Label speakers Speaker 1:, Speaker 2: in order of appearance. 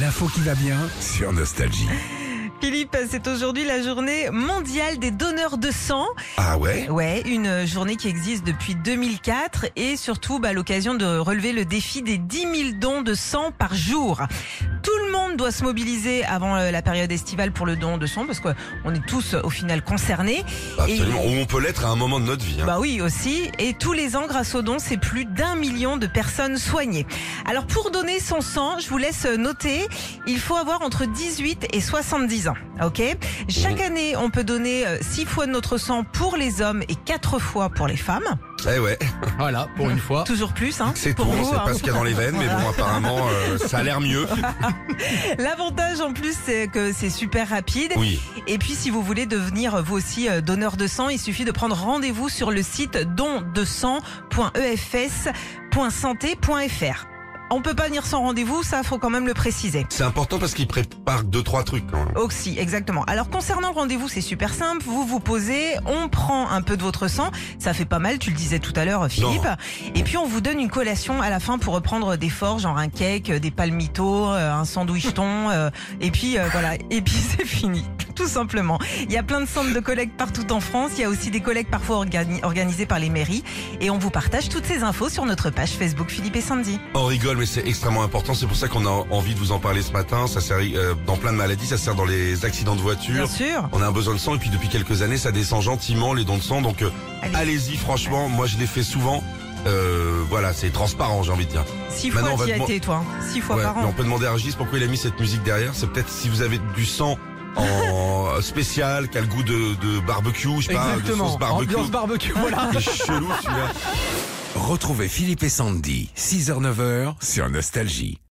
Speaker 1: L'info qui va bien sur Nostalgie.
Speaker 2: Philippe, c'est aujourd'hui la journée mondiale des donneurs de sang.
Speaker 1: Ah ouais
Speaker 2: Ouais, une journée qui existe depuis 2004 et surtout bah, l'occasion de relever le défi des 10 000 dons de sang par jour. Tout le monde doit se mobiliser avant euh, la période estivale pour le don de sang parce qu'on est tous euh, au final concernés. Et-
Speaker 3: Absolument. Ou on peut l'être à un moment de notre vie. hein.
Speaker 2: Bah oui aussi. Et tous les ans, grâce aux dons, c'est plus d'un million de personnes soignées. Alors pour donner son sang, je vous laisse noter, il faut avoir entre 18 et 70 ans. Ok. Chaque
Speaker 3: Mhm.
Speaker 2: année, on peut donner 6 fois de notre sang pour les hommes et 4 fois pour les femmes.
Speaker 1: Bah,
Speaker 3: Eh ouais,
Speaker 1: Voilà, pour une fois.
Speaker 2: Toujours plus, hein.
Speaker 3: c'est tout,
Speaker 2: pour
Speaker 3: on
Speaker 2: vous,
Speaker 3: sait
Speaker 2: hein.
Speaker 3: pas ce qu'il y a dans les veines, mais bon, apparemment, euh, ça a l'air mieux.
Speaker 2: L'avantage en plus, c'est que c'est super rapide.
Speaker 3: Oui.
Speaker 2: Et puis, si vous voulez devenir vous aussi euh, donneur de sang, il suffit de prendre rendez-vous sur le site E dondesang.efs.santé.fr. On peut pas venir sans rendez-vous, ça faut quand même le préciser.
Speaker 3: C'est important parce qu'il prépare deux, trois trucs quand même.
Speaker 2: Oxy, exactement. Alors concernant le rendez-vous, c'est super simple. Vous vous posez, on prend un peu de votre sang, ça fait pas mal. Tu le disais tout à l'heure, Philippe. Et puis on vous donne une collation à la fin pour reprendre des forts, genre un cake, euh, des palmitos, euh, un sandwich thon. euh, et puis euh, voilà. Et puis c'est fini. Tout simplement. Il y a plein de centres de collecte partout en France. Il y a aussi des collectes parfois organi- organisées par les mairies. Et on vous partage toutes ces infos sur notre page Facebook Philippe et Sandy.
Speaker 3: On rigole, mais c'est extrêmement important. C'est pour ça qu'on a envie de vous en parler ce matin. Ça sert euh, dans plein de maladies, ça sert dans les accidents de
Speaker 2: Bien
Speaker 3: voiture.
Speaker 2: sûr.
Speaker 3: On a un besoin de sang et puis depuis quelques années, ça descend gentiment les dons de sang. Donc euh,
Speaker 2: Allez.
Speaker 3: allez-y, franchement, moi je les fais souvent. Euh, voilà, c'est transparent, j'ai envie de dire.
Speaker 2: Six
Speaker 3: Maintenant, bah on va
Speaker 2: fois t'y as
Speaker 3: demand-
Speaker 2: été, toi. hein. Six fois
Speaker 3: Ouais,
Speaker 2: par
Speaker 3: mais on
Speaker 2: an.
Speaker 3: peut demander à Régis pourquoi il a mis cette musique derrière. C'est peut-être si vous avez du sang en spécial, qui a le goût de, de barbecue, je sais pas, de
Speaker 4: Exactement.
Speaker 3: sauce barbecue.
Speaker 4: Ambiance barbecue, voilà.
Speaker 3: Il est chelou celui-là.
Speaker 1: Retrouvez Philippe et Sandy, 6h-9h sur Nostalgie.